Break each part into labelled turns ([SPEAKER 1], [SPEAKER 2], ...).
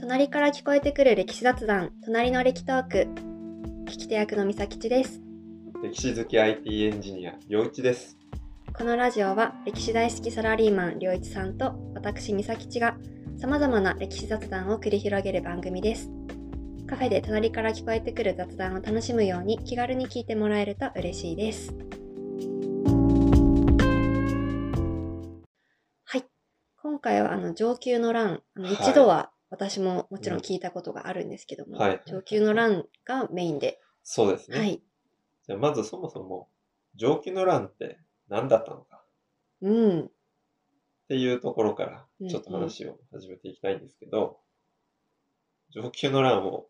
[SPEAKER 1] 隣から聞こえてくる歴史雑談、隣の歴トーク。聞き手役のみさきちです。
[SPEAKER 2] 歴史好き IT エンジニア、陽一です。
[SPEAKER 1] このラジオは歴史大好きサラリーマン良一さんと私みさきちがさまざまな歴史雑談を繰り広げる番組です。カフェで隣から聞こえてくる雑談を楽しむように気軽に聞いてもらえると嬉しいです。はい、今回はあの上級の欄、あの
[SPEAKER 2] はい
[SPEAKER 1] 一度は私ももちろん聞いたことがあるんですけども、
[SPEAKER 2] はい
[SPEAKER 1] 上級の欄がメインで、
[SPEAKER 2] そうですね。
[SPEAKER 1] はい、
[SPEAKER 2] じゃあまずそもそも、上級の乱って何だったのかっ
[SPEAKER 1] うん、
[SPEAKER 2] ていうところから
[SPEAKER 1] うん、
[SPEAKER 2] ちょっと話を始めていきたいんですけど、上級の乱を、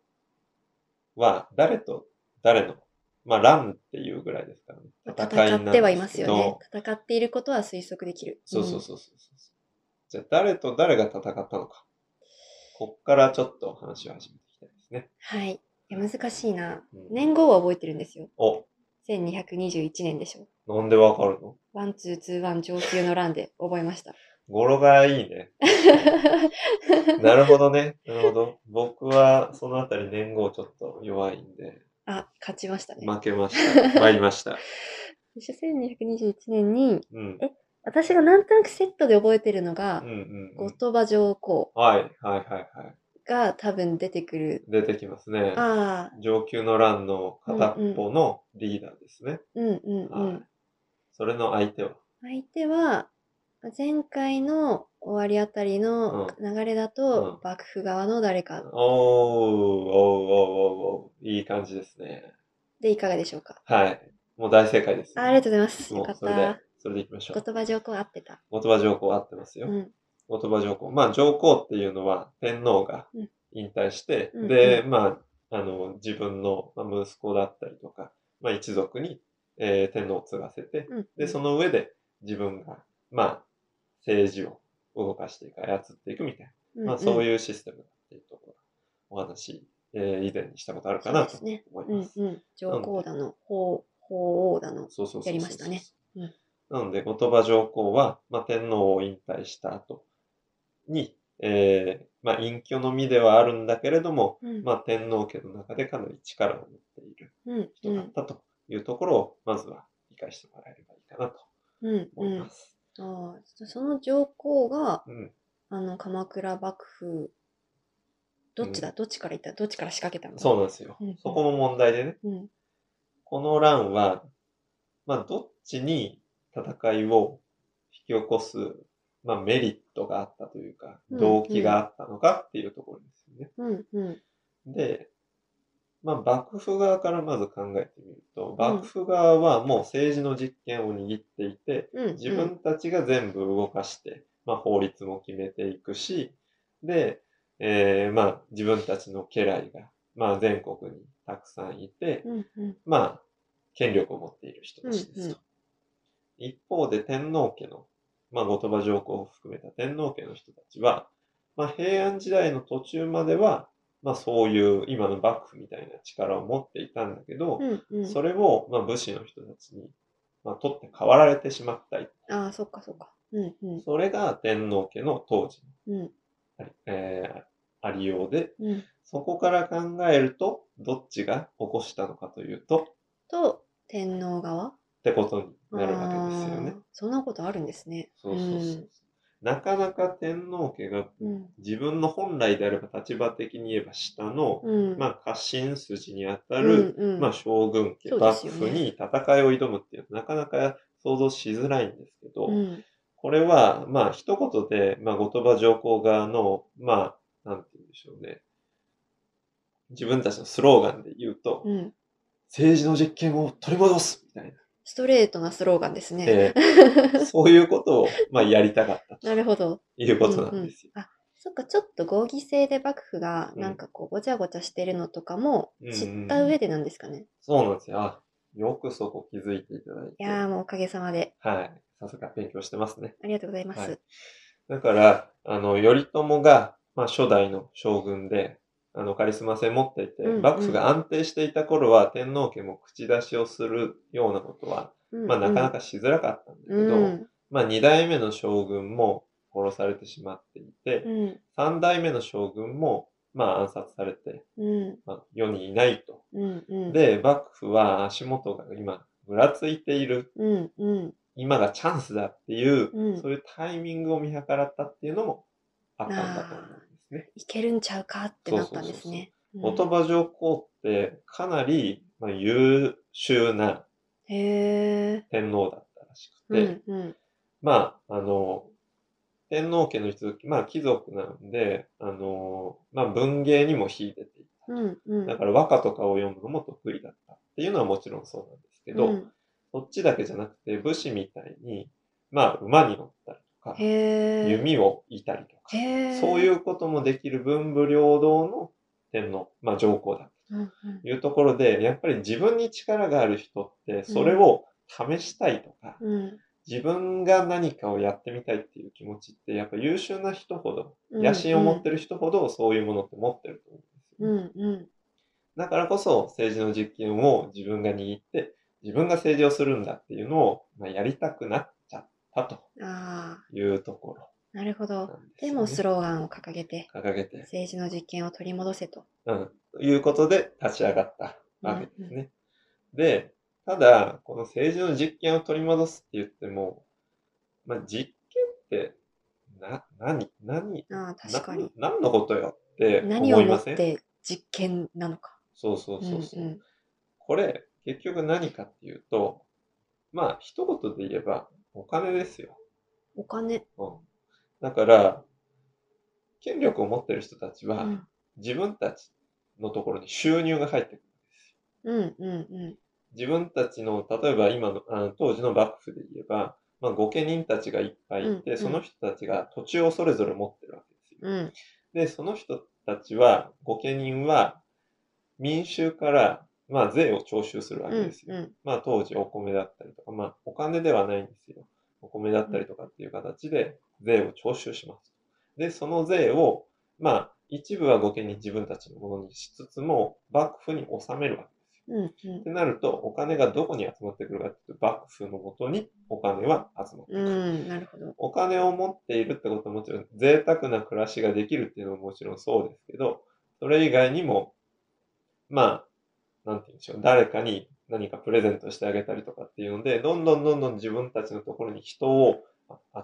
[SPEAKER 2] は、誰と誰の、まあ乱っていうぐらいですからね。
[SPEAKER 1] 戦
[SPEAKER 2] なん
[SPEAKER 1] っ
[SPEAKER 2] ですけど
[SPEAKER 1] てはいますよね。戦っていることは推測できる。
[SPEAKER 2] そうそ
[SPEAKER 1] ん
[SPEAKER 2] うそうそうそう。じゃあ誰と誰が戦ったのか。こっからちょっと話を始めていきたいですね。
[SPEAKER 1] はい。いや難しいな。
[SPEAKER 2] うん
[SPEAKER 1] 年号は覚えてるんですよ。
[SPEAKER 2] お、
[SPEAKER 1] 1221年でしょ。
[SPEAKER 2] なんでわかるの
[SPEAKER 1] ワンツーツーワン上級の欄で覚えました。
[SPEAKER 2] 語呂がいいね。 なるほどね。なるほど。僕はそのあたり年号ちょっと弱いんで、
[SPEAKER 1] あ、勝ちましたね。
[SPEAKER 2] 負け ました。参りました。
[SPEAKER 1] 私1221年に、
[SPEAKER 2] うん。
[SPEAKER 1] 私がなんとなくセットで覚えてるのが
[SPEAKER 2] うんう、んう
[SPEAKER 1] 後
[SPEAKER 2] ん。
[SPEAKER 1] 鳥羽上皇
[SPEAKER 2] はい、はい、はい、はい。
[SPEAKER 1] が多分出てくる。
[SPEAKER 2] 出てきますね。
[SPEAKER 1] ああ、
[SPEAKER 2] 上級の乱の片っぽのリーダーですね。
[SPEAKER 1] うんうんう
[SPEAKER 2] はい
[SPEAKER 1] ん。
[SPEAKER 2] それの相手は。
[SPEAKER 1] 相手は、前回の終わりあたりの流れだ
[SPEAKER 2] う
[SPEAKER 1] と
[SPEAKER 2] ん、
[SPEAKER 1] 幕府側の誰か
[SPEAKER 2] おー、おー、おー、おー、おー、いい感じですね。
[SPEAKER 1] でいかがでしょうか。
[SPEAKER 2] はい。もう大正解です。
[SPEAKER 1] あありがとうございます。
[SPEAKER 2] も
[SPEAKER 1] よ
[SPEAKER 2] う
[SPEAKER 1] かっ
[SPEAKER 2] それで
[SPEAKER 1] た。、
[SPEAKER 2] それでいきましょ
[SPEAKER 1] 後
[SPEAKER 2] う。
[SPEAKER 1] 鳥羽上皇合ってた。
[SPEAKER 2] 後鳥羽上皇合ってますよ。
[SPEAKER 1] うん。
[SPEAKER 2] 後鳥羽上皇。まあ、上皇っていうのは天皇が
[SPEAKER 1] うん
[SPEAKER 2] 引退して、
[SPEAKER 1] うん
[SPEAKER 2] で、まあ、あの、自分のまあ息子だったりとか、まあ、一族に、えー天皇を継がせて、
[SPEAKER 1] うん
[SPEAKER 2] で、その上で自分が、まあ、政治を動かしていく、操っていくみたい
[SPEAKER 1] うん
[SPEAKER 2] な、まあ、そう
[SPEAKER 1] うん
[SPEAKER 2] いうシステムだっていうところ、お話、えー以前にしたことあるかな
[SPEAKER 1] そう
[SPEAKER 2] と
[SPEAKER 1] ですね
[SPEAKER 2] 思い
[SPEAKER 1] うん
[SPEAKER 2] ます。
[SPEAKER 1] うん、上皇だの、法法王だの。
[SPEAKER 2] そうそうそうそうそう
[SPEAKER 1] やりましたね。うん
[SPEAKER 2] なので、後鳥羽上皇は、まあ、天皇を引退した後に、えーまあ、隠居の身ではあるんだけれども、
[SPEAKER 1] うん
[SPEAKER 2] まあ、天皇家の中でかなり力を持っている
[SPEAKER 1] うんう
[SPEAKER 2] 人だ
[SPEAKER 1] ん
[SPEAKER 2] ったというところを、まずは理解してもらえればいいかなと
[SPEAKER 1] うん
[SPEAKER 2] 思い
[SPEAKER 1] うん。あ
[SPEAKER 2] ます。
[SPEAKER 1] あそその上皇が
[SPEAKER 2] うん
[SPEAKER 1] あの鎌倉幕府どっちだ、どっちから行ったどっちから仕掛けたの
[SPEAKER 2] そうなんですよ。
[SPEAKER 1] うんうん
[SPEAKER 2] そこも問題でね、
[SPEAKER 1] う、うん
[SPEAKER 2] この乱は、まあ、どっちに戦いを引き起こす、まあ、メリットがあったというか、
[SPEAKER 1] うん
[SPEAKER 2] 動機があったのかっていうところですよね。
[SPEAKER 1] うんうん
[SPEAKER 2] で、まあ、幕府側からまず考えてみると、幕府側はもう政治の実権を握っていて、
[SPEAKER 1] うんうん、
[SPEAKER 2] 自分たちが全部動かして、まあ、法律も決めていくし、で、えーまあ、自分たちの家来が、まあ、全国にたくさんいて、
[SPEAKER 1] うんうん
[SPEAKER 2] まあ、権力を持っている人たちですと。
[SPEAKER 1] うんうん
[SPEAKER 2] 一方で天皇家の、まあ、後鳥羽上皇を含めた天皇家の人たちは、まあ、平安時代の途中までは、まあ、そういう今の幕府みたいな力を持っていたんだけど、
[SPEAKER 1] うんうん、
[SPEAKER 2] それを、まあ、武士の人たちに、まあ、取って代わられてしまったり、
[SPEAKER 1] ああそっかそっかうんうん
[SPEAKER 2] それが天皇家の当時
[SPEAKER 1] うん
[SPEAKER 2] の、えーありようで、
[SPEAKER 1] うん
[SPEAKER 2] そこから考えると、どっちが起こしたのかというと、
[SPEAKER 1] と天皇側
[SPEAKER 2] ってことになるわけですよね
[SPEAKER 1] あ。あそんなことあるんですね
[SPEAKER 2] そうそうそう。なかなか天皇家が
[SPEAKER 1] うん
[SPEAKER 2] 自分の本来であれば立場的に言えば下の、
[SPEAKER 1] うんうん、
[SPEAKER 2] まあ家臣筋にあたる、
[SPEAKER 1] うんうん
[SPEAKER 2] まあ将軍家、
[SPEAKER 1] そうです
[SPEAKER 2] 幕
[SPEAKER 1] よね
[SPEAKER 2] 府に戦いを挑むっていうのはなかなか想像しづらいんですけど、
[SPEAKER 1] うん
[SPEAKER 2] これはまあ一言で、まあ後鳥羽上皇側の、まあなんて言うんでしょうね。自分たちのスローガンで言うと、
[SPEAKER 1] うん、
[SPEAKER 2] 政治の実権を取り戻すみたいな。
[SPEAKER 1] ストレートなスローガンですね。
[SPEAKER 2] でそういうことを、まあ、やりたかったと
[SPEAKER 1] なるほど。
[SPEAKER 2] いうことなんですよ。
[SPEAKER 1] あそっか、ちょっと合議制で幕府が
[SPEAKER 2] うん
[SPEAKER 1] なんかこうごちゃごちゃしてるのとかも
[SPEAKER 2] うん
[SPEAKER 1] 知った上でなんですかね。
[SPEAKER 2] そうなんですよ。あよくそこ気づいていただいて。
[SPEAKER 1] いやーもうおかげさまで
[SPEAKER 2] はい。さすが勉強してますね。
[SPEAKER 1] ありがとうございます。
[SPEAKER 2] はいだから、あの、頼朝が、まあ、初代の将軍で、あの、カリスマ性持っていて、
[SPEAKER 1] うんうん
[SPEAKER 2] 幕府が安定していた頃は、天皇家も口出しをするようなことは、
[SPEAKER 1] うん
[SPEAKER 2] まあ、なかなかしづらかったんだけ
[SPEAKER 1] うん
[SPEAKER 2] ど、
[SPEAKER 1] うん
[SPEAKER 2] まあ、二代目の将軍も殺されてしまっていて、
[SPEAKER 1] うん
[SPEAKER 2] 三代目の将軍も、まあ暗殺されて、
[SPEAKER 1] うん、
[SPEAKER 2] まあ、世にいないと。
[SPEAKER 1] うん、うん。、
[SPEAKER 2] で、幕府は足元が今、ぐらついている、
[SPEAKER 1] うん、うん。
[SPEAKER 2] 今がチャンスだっていう、
[SPEAKER 1] うん
[SPEAKER 2] そういうタイミングを見計らったっていうのもあったんだと思うんですね。
[SPEAKER 1] いけるんちゃうかってなったんですね。
[SPEAKER 2] 元葉上皇ってかなり、まあ、優秀な
[SPEAKER 1] うんへえ。
[SPEAKER 2] 天皇だったらし
[SPEAKER 1] う
[SPEAKER 2] くて、
[SPEAKER 1] ん、うん。
[SPEAKER 2] まあ、あの、天皇家の一族、まあ貴族なんで、あの、まあ文芸にも秀でていた。
[SPEAKER 1] うん、うん。
[SPEAKER 2] だから和歌とかを読むのも得意だったっていうのはもちろんそうなんですけど、
[SPEAKER 1] うん
[SPEAKER 2] そっちだけじゃなくて武士みたいに、まあ馬に乗ったりとか、
[SPEAKER 1] へえ。
[SPEAKER 2] 弓を射たりとか、
[SPEAKER 1] へえ。。
[SPEAKER 2] そういううこともできる文武両道の天皇、まあ上皇だ
[SPEAKER 1] うん、
[SPEAKER 2] というところで、やっぱり自分に力がある人って、それを試したいとか、
[SPEAKER 1] うん。
[SPEAKER 2] 自分が何かをやってみたいっていう気持ちって、やっぱ優秀な人ほど、
[SPEAKER 1] うん
[SPEAKER 2] 野心を持ってる人ほどそういうものって持ってると思うんです
[SPEAKER 1] う
[SPEAKER 2] よ
[SPEAKER 1] ん、
[SPEAKER 2] ね、
[SPEAKER 1] うん。
[SPEAKER 2] だからこそ政治の実権を自分が握って、自分が政治をするんだっていうのを、まあ、やりたくなっちゃったと
[SPEAKER 1] ああ、
[SPEAKER 2] いうところ
[SPEAKER 1] なるほど。
[SPEAKER 2] なんです、ね。
[SPEAKER 1] でも、スローガンを掲げて、
[SPEAKER 2] 掲げて、
[SPEAKER 1] 政治の実権を取り戻せと。
[SPEAKER 2] うん、ということで立ち上がったわけです
[SPEAKER 1] うん
[SPEAKER 2] ね。で、ただ、この政治の実権を取り戻すって言っても、まあ、実権って、な、何、何、
[SPEAKER 1] ああ、確かに。
[SPEAKER 2] な何のことよって
[SPEAKER 1] 何を
[SPEAKER 2] 思い
[SPEAKER 1] も
[SPEAKER 2] ま
[SPEAKER 1] っ
[SPEAKER 2] せん
[SPEAKER 1] て実験なのか。
[SPEAKER 2] そうそうそうそう、
[SPEAKER 1] んん
[SPEAKER 2] これ、結局何かっていうと、まあ、一言で言えば、お金ですよ。
[SPEAKER 1] お金。
[SPEAKER 2] うん。だから、権力を持ってる人たち
[SPEAKER 1] う
[SPEAKER 2] は、
[SPEAKER 1] ん、
[SPEAKER 2] 自分たちのところに収入が入ってくる。
[SPEAKER 1] うん、うん、
[SPEAKER 2] 自分たちの、例えば今の、あの当時の幕府で言えば、まあ、御家人たちがいっぱいいて、
[SPEAKER 1] うん
[SPEAKER 2] その人たちが土地をそれぞれ持ってるわけですよ。
[SPEAKER 1] うん。うん。
[SPEAKER 2] で、その人たちは、御家人は、民衆から、まあ、税を徴収するわけですよ。
[SPEAKER 1] うんうん
[SPEAKER 2] まあ、当時お米だったりとか、まあ、お金ではないんですよ。お米だったりとかっていう形で、税を徴収します。で、その税を、まあ、一部は御家人自分たちのものにしつつも、幕府に納めるわけですよ。
[SPEAKER 1] うん、
[SPEAKER 2] っ
[SPEAKER 1] う
[SPEAKER 2] てなると、お金がどこに集まってくるかっていうと、幕府のもとにお金は集まってく
[SPEAKER 1] ん。
[SPEAKER 2] る。
[SPEAKER 1] うん、なるほど。
[SPEAKER 2] お金を持っているってことはもちろん贅沢な暮らしができるっていうのももちろんそうですけど、それ以外にも、まあ、なんて言うんでしょう、誰かに何かプレゼントしてあげたりとかっていうので、どんどんどんどん自分たちのところに人を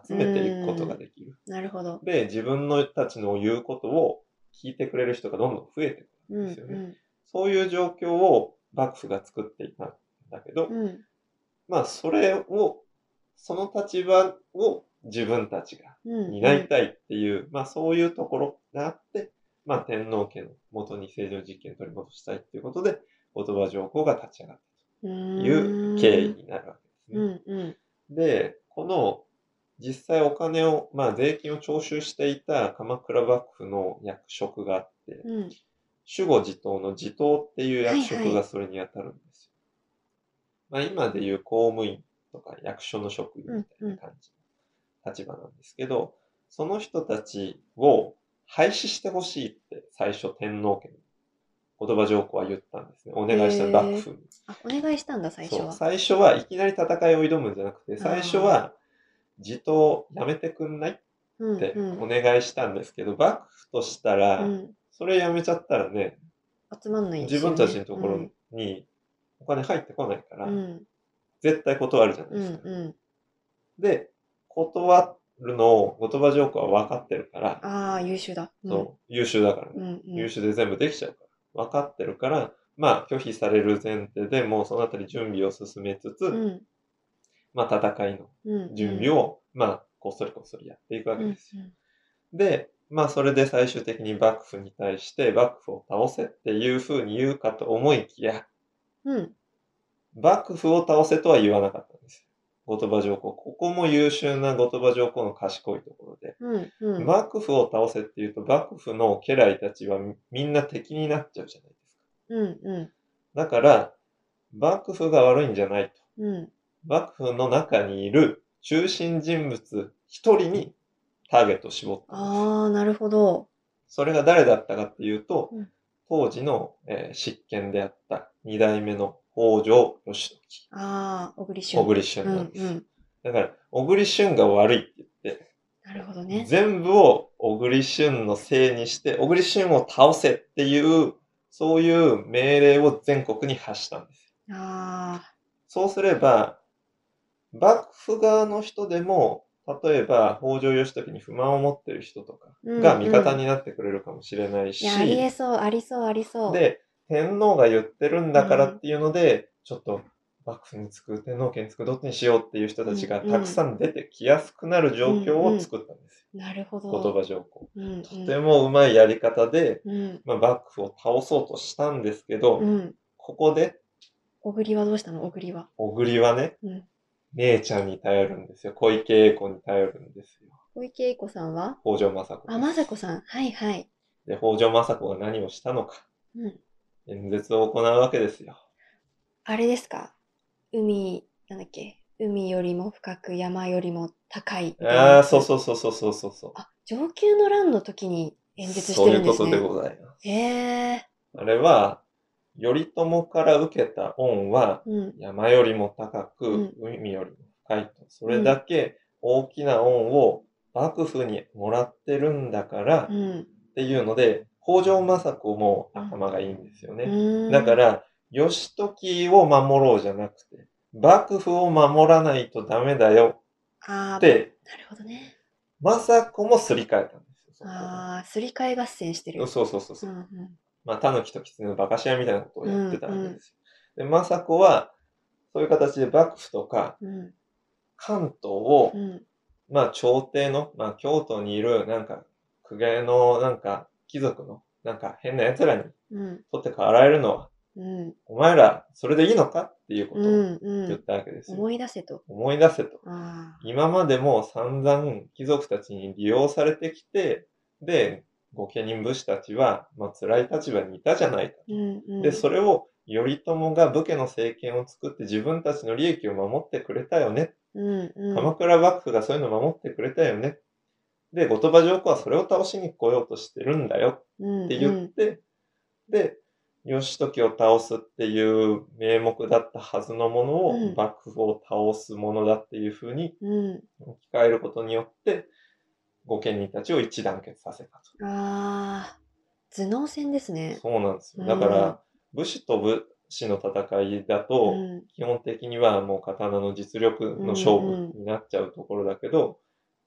[SPEAKER 2] 集めていくことができる。
[SPEAKER 1] なるほど。
[SPEAKER 2] で、自分のたちの言うことを聞いてくれる人がどんどん増えてくる。
[SPEAKER 1] うん、
[SPEAKER 2] ですよね
[SPEAKER 1] う
[SPEAKER 2] そういう状況を幕府が作っていたんだけど、
[SPEAKER 1] ん、うん。
[SPEAKER 2] まあ、それを、その立場を自分たちが
[SPEAKER 1] うん
[SPEAKER 2] 担いたいっていう、まあそういうところがあって、まあ天皇家の元に政治の実権を取り戻したいっていうことで、後鳥羽上皇が立ち上がっ
[SPEAKER 1] うん
[SPEAKER 2] たという経緯になるわけです
[SPEAKER 1] う
[SPEAKER 2] ね。
[SPEAKER 1] んうん
[SPEAKER 2] で、この実際お金を、まあ税金を徴収していた鎌倉幕府の役職があって、
[SPEAKER 1] うん
[SPEAKER 2] 守護自頭の自頭っていう役
[SPEAKER 1] はいはい
[SPEAKER 2] 職がそれにあたるんですよ。まあ今でいう公務員とか役所の職員みたいな感じの立場なんですけど、その人たちを廃止してほしいって最初天皇家に言葉上皇は言ったんですね。お願いした
[SPEAKER 1] へー
[SPEAKER 2] 幕府に。
[SPEAKER 1] あお願いしたんだ最初
[SPEAKER 2] そう
[SPEAKER 1] は。
[SPEAKER 2] 最初はいきなり戦いを挑むんじゃなくて、最初は自頭やめてくんないっ
[SPEAKER 1] うん
[SPEAKER 2] て
[SPEAKER 1] うん
[SPEAKER 2] お願いしたんですけど、幕府としたら
[SPEAKER 1] う、ん
[SPEAKER 2] それやめちゃったらね、
[SPEAKER 1] 集まんないです
[SPEAKER 2] 自
[SPEAKER 1] よね
[SPEAKER 2] 分たちのところにお金入ってこないから、
[SPEAKER 1] うん
[SPEAKER 2] 絶対断るじゃない
[SPEAKER 1] うんう
[SPEAKER 2] です
[SPEAKER 1] ん
[SPEAKER 2] か。
[SPEAKER 1] うん
[SPEAKER 2] で、断るのを言葉上皇は分かってるから、
[SPEAKER 1] ああ優秀だ。うん
[SPEAKER 2] そう優秀だからね、
[SPEAKER 1] うんうん
[SPEAKER 2] 優秀で全部できちゃうから。分かってるから、まあ拒否される前提でもうそのあたり準備を進めつつ、
[SPEAKER 1] うん
[SPEAKER 2] まあ戦いの
[SPEAKER 1] うん
[SPEAKER 2] 準備を、まあこっそりこっそりやっていくわ
[SPEAKER 1] う
[SPEAKER 2] け
[SPEAKER 1] ん
[SPEAKER 2] ですよ。で、まあそれで最終的に幕府に対して幕府を倒せっていうふうに言うかと思いきや、
[SPEAKER 1] うんうん
[SPEAKER 2] 幕府を倒せとは言わなかったんです。後鳥羽上皇。ここも優秀な後鳥羽上皇の賢いところで。
[SPEAKER 1] うんうん
[SPEAKER 2] 幕府を倒せって言うと、幕府の家来たちはみんな敵になっちゃうじゃないですか。
[SPEAKER 1] うんう
[SPEAKER 2] だから、幕府が悪いんじゃないと。
[SPEAKER 1] んうん
[SPEAKER 2] 幕府の中にいる中心人物一人にターゲットを絞ったんです。
[SPEAKER 1] ああなるほど。
[SPEAKER 2] それが誰だったかっていうと、
[SPEAKER 1] うん
[SPEAKER 2] 当時の、えー執権であった二代目の北条義時、
[SPEAKER 1] ああ小栗旬。
[SPEAKER 2] 小栗旬
[SPEAKER 1] う
[SPEAKER 2] なん
[SPEAKER 1] ん
[SPEAKER 2] です。
[SPEAKER 1] うん
[SPEAKER 2] だから、小栗旬が悪いって言って、
[SPEAKER 1] なるほどね。
[SPEAKER 2] 全部を小栗旬のせいにして、小栗旬を倒せっていう、そういう命令を全国に発したんです。
[SPEAKER 1] ああ、
[SPEAKER 2] そうすれば、幕府側の人でも、例えば北条義時に不満を持ってる人とか
[SPEAKER 1] うん
[SPEAKER 2] が味方
[SPEAKER 1] うん
[SPEAKER 2] になってくれるかもしれない
[SPEAKER 1] い
[SPEAKER 2] し、
[SPEAKER 1] や、ありえそう、ありそう、ありそう。
[SPEAKER 2] で、天皇が言ってるんだからっていうので、ちょっと幕府につく、天皇家につく、どっちにしようっていう人たちが
[SPEAKER 1] うんうん
[SPEAKER 2] たくさん出てきやすくなる状況を作ったんです
[SPEAKER 1] なるほど。
[SPEAKER 2] よ。言葉上皇。
[SPEAKER 1] うんうん、
[SPEAKER 2] とてもうまいやり方で、
[SPEAKER 1] うん。
[SPEAKER 2] まあ、幕府を倒そうとしたんですけど、
[SPEAKER 1] うん。
[SPEAKER 2] ここで、
[SPEAKER 1] 小栗はどうしたの小栗は。
[SPEAKER 2] 小栗はね、
[SPEAKER 1] うん
[SPEAKER 2] 姉ちゃんに頼るんですよ。小池栄子に頼るんですよ。
[SPEAKER 1] 小池栄子さんは
[SPEAKER 2] 北条政子
[SPEAKER 1] あ、
[SPEAKER 2] です。
[SPEAKER 1] 雅子さん。はいはい。
[SPEAKER 2] で、北条政子が何をしたのか。
[SPEAKER 1] うん。
[SPEAKER 2] 演説を行うわけですよ。
[SPEAKER 1] あれですか海、なんだっけ海よりも深く、山よりも高い。
[SPEAKER 2] ああ、そうそうそうそうそうそうそう。
[SPEAKER 1] あ、上級の乱の時に演説してるんですね。
[SPEAKER 2] そういうことでございます。
[SPEAKER 1] へえ。
[SPEAKER 2] あれは、頼朝から受けた恩は、
[SPEAKER 1] うん。
[SPEAKER 2] 山よりも高
[SPEAKER 1] うん
[SPEAKER 2] く、海よりも深いと。それだけ大きな恩を幕府にもらってるんだから、
[SPEAKER 1] う
[SPEAKER 2] っ
[SPEAKER 1] ん。
[SPEAKER 2] ていうので、北条政子も頭がいいんですよ
[SPEAKER 1] う
[SPEAKER 2] ね。
[SPEAKER 1] ーん
[SPEAKER 2] だか、ら、義時を守ろうじゃなくて、幕府を守らないとダメだよ
[SPEAKER 1] ああ、
[SPEAKER 2] っ
[SPEAKER 1] なる
[SPEAKER 2] て、
[SPEAKER 1] ほどね。
[SPEAKER 2] 政子もすり替えたんですよそこ
[SPEAKER 1] ああ、すり替え合戦してる。
[SPEAKER 2] で。そうそうそうそう
[SPEAKER 1] う。んうん
[SPEAKER 2] まあ、タヌキとキツネのバカシアみたいなことをやってたわけですよ。で、政子は、そういう形で幕府とか
[SPEAKER 1] うん
[SPEAKER 2] 関東を
[SPEAKER 1] う、ん
[SPEAKER 2] まあ、朝廷の、まあ、京都にいる、なんか、公家の、なんか、貴族の、なんか、変な奴らに
[SPEAKER 1] うん
[SPEAKER 2] 取って代わられるのは、
[SPEAKER 1] うん
[SPEAKER 2] お前ら、それでいいのかっていうこと
[SPEAKER 1] う
[SPEAKER 2] を
[SPEAKER 1] んう
[SPEAKER 2] 言っ
[SPEAKER 1] ん
[SPEAKER 2] たわけですよ。
[SPEAKER 1] 思い出せと。
[SPEAKER 2] 思い出せと。
[SPEAKER 1] ああ、
[SPEAKER 2] 今までも散々貴族たちに利用されてきて、で、御家人武士たちは、まあ、辛い立場にいたじゃないか。
[SPEAKER 1] うんうん。
[SPEAKER 2] で、それを頼朝が武家の政権を作って自分たちの利益を守ってくれたよね。
[SPEAKER 1] うんうん。
[SPEAKER 2] 鎌倉幕府がそういうのを守ってくれたよね。で、後鳥羽上皇はそれを倒しに来ようとしてるんだよ
[SPEAKER 1] っ
[SPEAKER 2] って言って、で、義時を倒すっていう名目だったはずのもの
[SPEAKER 1] う
[SPEAKER 2] を
[SPEAKER 1] ん
[SPEAKER 2] 幕府を倒すものだっていうふうに
[SPEAKER 1] うん。
[SPEAKER 2] 置き換えることによって、御家人たちを一致団結させたと。
[SPEAKER 1] ああ、頭脳戦ですね。
[SPEAKER 2] そうなんです
[SPEAKER 1] う
[SPEAKER 2] よ。
[SPEAKER 1] ん
[SPEAKER 2] だから、武士と武士の戦いだと、
[SPEAKER 1] うん
[SPEAKER 2] 基本的にはもう刀の実力の勝負になっちゃうところだけど、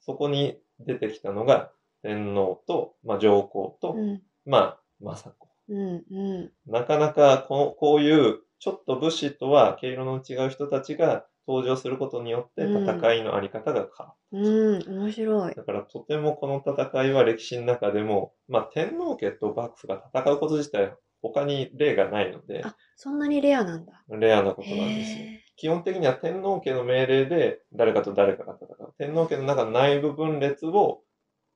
[SPEAKER 2] そこに出てきたのが天皇と、まあ、上皇と、
[SPEAKER 1] うん
[SPEAKER 2] まあ政子。
[SPEAKER 1] うんうん
[SPEAKER 2] なかなかこうこういうちょっと武士とは毛色の違う人たちが登場することによって
[SPEAKER 1] うん
[SPEAKER 2] 戦いのあり方が変わる。
[SPEAKER 1] うん面白い。
[SPEAKER 2] だからとてもこの戦いは歴史の中でも、まあ、天皇家と幕府が戦うこと自体他に例がないので
[SPEAKER 1] あそんなにレアなんだ。
[SPEAKER 2] レアなことなんですよ。
[SPEAKER 1] へ
[SPEAKER 2] 基本的には天皇家の命令で誰かと誰かが戦う。天皇家の中の内部分裂を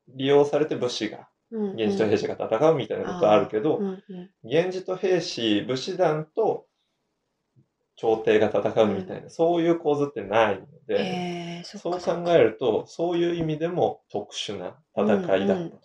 [SPEAKER 2] 利用されて武士が、
[SPEAKER 1] ー
[SPEAKER 2] 源氏と兵士が戦うみたいなことはあるけど、
[SPEAKER 1] うんうん
[SPEAKER 2] 源氏と兵士、武士団と朝廷が戦うみたいな、そういう構図ってないの
[SPEAKER 1] うん
[SPEAKER 2] で、
[SPEAKER 1] へーそ
[SPEAKER 2] そう
[SPEAKER 1] っかそ
[SPEAKER 2] 考
[SPEAKER 1] っか
[SPEAKER 2] えると、そういう意味でも特殊な戦いだ
[SPEAKER 1] うんう
[SPEAKER 2] っ
[SPEAKER 1] ん
[SPEAKER 2] たと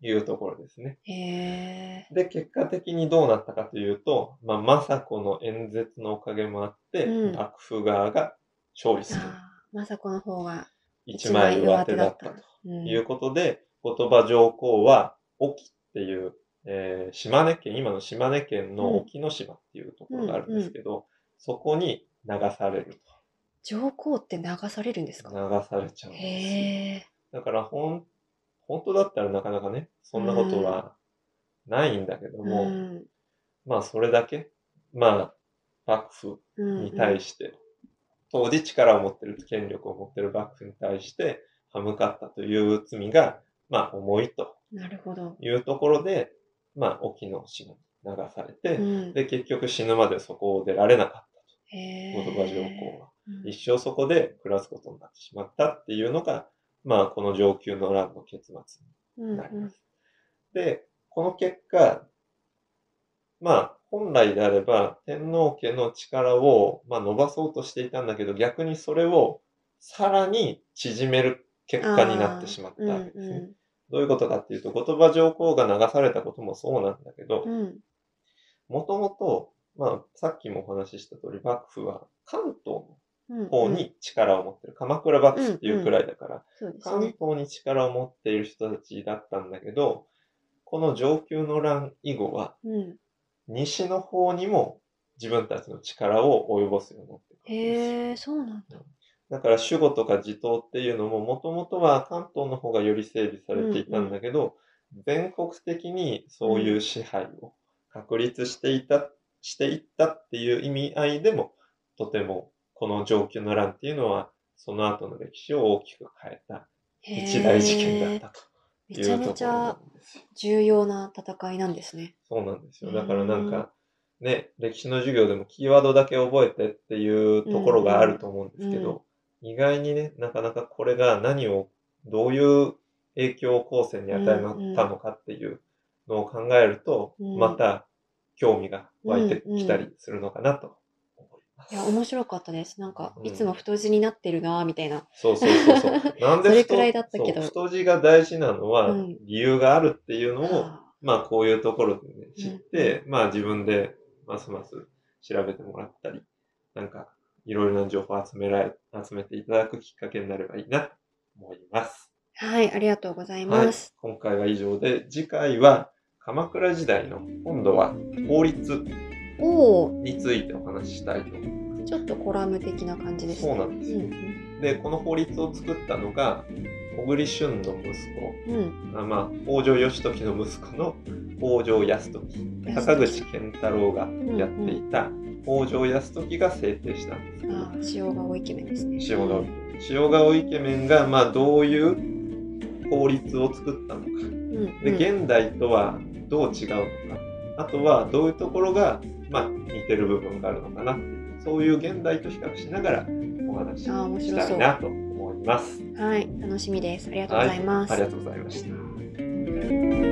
[SPEAKER 2] いうところですね。
[SPEAKER 1] へ
[SPEAKER 2] で、結果的にどうなったかというと、まあ、政子の演説のおかげもあって、
[SPEAKER 1] うん
[SPEAKER 2] 幕府側が勝利す
[SPEAKER 1] ー
[SPEAKER 2] る。
[SPEAKER 1] あー政子の方が
[SPEAKER 2] 一枚上手だったと
[SPEAKER 1] うん
[SPEAKER 2] いうことで、後鳥羽上皇は、沖っていう、えー島根県、今の島根県の沖ノ島っていうところがあるんですけど、そこに流される
[SPEAKER 1] 上皇って流されるんです
[SPEAKER 2] と。
[SPEAKER 1] か
[SPEAKER 2] 流されちゃうんですよ。
[SPEAKER 1] へえ
[SPEAKER 2] だから、ほん、本当だったらなかなかね、そんなことはないんだけど
[SPEAKER 1] う
[SPEAKER 2] も、
[SPEAKER 1] ん
[SPEAKER 2] まあ、それだけ、まあ、幕府
[SPEAKER 1] うん
[SPEAKER 2] に対して、当時力を持ってる、権力を持ってる幕府に対して、歯向かったという罪が、まあ、重いと
[SPEAKER 1] なるほど。
[SPEAKER 2] いうところで、まあ、沖の島に流されて、
[SPEAKER 1] うん
[SPEAKER 2] で、結局死ぬまでそこを出られなかった、
[SPEAKER 1] へ
[SPEAKER 2] 後
[SPEAKER 1] ー
[SPEAKER 2] 鳥羽上皇は。
[SPEAKER 1] うん
[SPEAKER 2] 一生そこで暮らすことになってしまったっていうのが、まあ、この上級の乱の結末
[SPEAKER 1] うん
[SPEAKER 2] なり
[SPEAKER 1] う
[SPEAKER 2] ま
[SPEAKER 1] ん
[SPEAKER 2] す。で、この結果、まあ、本来であれば、天皇家の力を、まあ、伸ばそうとしていたんだけど、逆にそれをさらに縮める結果になってしまった
[SPEAKER 1] あー
[SPEAKER 2] んですね。
[SPEAKER 1] うん
[SPEAKER 2] どういうことかっていうと、後鳥羽上皇が流されたこともそうなんだけど
[SPEAKER 1] う、んうん
[SPEAKER 2] もともと、まあ、さっきもお話しした通り、幕府は関東の
[SPEAKER 1] うん
[SPEAKER 2] 方
[SPEAKER 1] うん
[SPEAKER 2] に力を持ってる。鎌倉幕府っていうくらいだから、
[SPEAKER 1] そうです
[SPEAKER 2] 関
[SPEAKER 1] ね。
[SPEAKER 2] 東に力を持っている人たちだったんだけど、この上級の乱以後は、
[SPEAKER 1] うん。
[SPEAKER 2] 西の方にも自分たちの力を及ぼすようになってくるんですよ。
[SPEAKER 1] へえ、そうなんだ。
[SPEAKER 2] だから守護とか地頭っていうのももともとは関東の方がより整備されていたんだけど、全国的にそういう支配を確立していた、していったっていう意味合いでも、とてもこの上級の乱っていうのは、その後の歴史を大きく変えた
[SPEAKER 1] へえ
[SPEAKER 2] 一大事件だったと
[SPEAKER 1] め
[SPEAKER 2] いう
[SPEAKER 1] ちゃ
[SPEAKER 2] と
[SPEAKER 1] め
[SPEAKER 2] こ
[SPEAKER 1] ち
[SPEAKER 2] ろな
[SPEAKER 1] ゃ
[SPEAKER 2] んですよ。
[SPEAKER 1] 重要な戦いなんですね。
[SPEAKER 2] そうなんですよ。
[SPEAKER 1] うん
[SPEAKER 2] だからなんか、ね、歴史の授業でもキーワードだけ覚えてっていうところがあると思うんですけど、意外にね、なかなかこれが何を、どういう影響を後世に与えたのかっていうのを考えると、
[SPEAKER 1] うん
[SPEAKER 2] また興味が湧いてきたりするのかなと思いま
[SPEAKER 1] い
[SPEAKER 2] す。
[SPEAKER 1] や、面白かったです。なんか
[SPEAKER 2] う、ん
[SPEAKER 1] いつも太字になってるな、みたいな。
[SPEAKER 2] そうそうそうそう。 なんで
[SPEAKER 1] それ
[SPEAKER 2] 太
[SPEAKER 1] くらいだったけど
[SPEAKER 2] そう太字が大事なのは
[SPEAKER 1] うん
[SPEAKER 2] 理由があるっていうのを、
[SPEAKER 1] あ
[SPEAKER 2] まあこういうところでね、知って、まあ自分でますます調べてもらったり、なんかいろいろな情報を集められ、集めていただくきっかけになればいいなと思います。
[SPEAKER 1] ーはい、ありがとうござい
[SPEAKER 2] はい
[SPEAKER 1] ます。。
[SPEAKER 2] 今回は以上で、次回は鎌倉時代の今度は法律
[SPEAKER 1] おお、
[SPEAKER 2] についてお話ししたいと思いま。
[SPEAKER 1] ちょっとコラム的な感じですすね。
[SPEAKER 2] そうなんですよ。で、この法律を作ったのが、小栗旬の息子、
[SPEAKER 1] うんうん。
[SPEAKER 2] あまあ、北条義時の息子の北条泰時。
[SPEAKER 1] うん
[SPEAKER 2] 坂口。健太郎がやっていた北条泰時が制定したんですけど
[SPEAKER 1] ああ、塩顔イケメンですね。
[SPEAKER 2] 塩顔塩顔イケメンがまあどういう法律を作ったのか
[SPEAKER 1] うん。
[SPEAKER 2] で
[SPEAKER 1] うん
[SPEAKER 2] 現代とはどう違うのかあとはどういうところがまあ似てる部分があるのかなそういう現代と比較しながらお話し
[SPEAKER 1] あー面
[SPEAKER 2] し
[SPEAKER 1] 白そう
[SPEAKER 2] たいなと思います。
[SPEAKER 1] はい、楽しみです。ありがとう
[SPEAKER 2] は
[SPEAKER 1] ご
[SPEAKER 2] い、
[SPEAKER 1] ざいます。
[SPEAKER 2] ありがとうございました。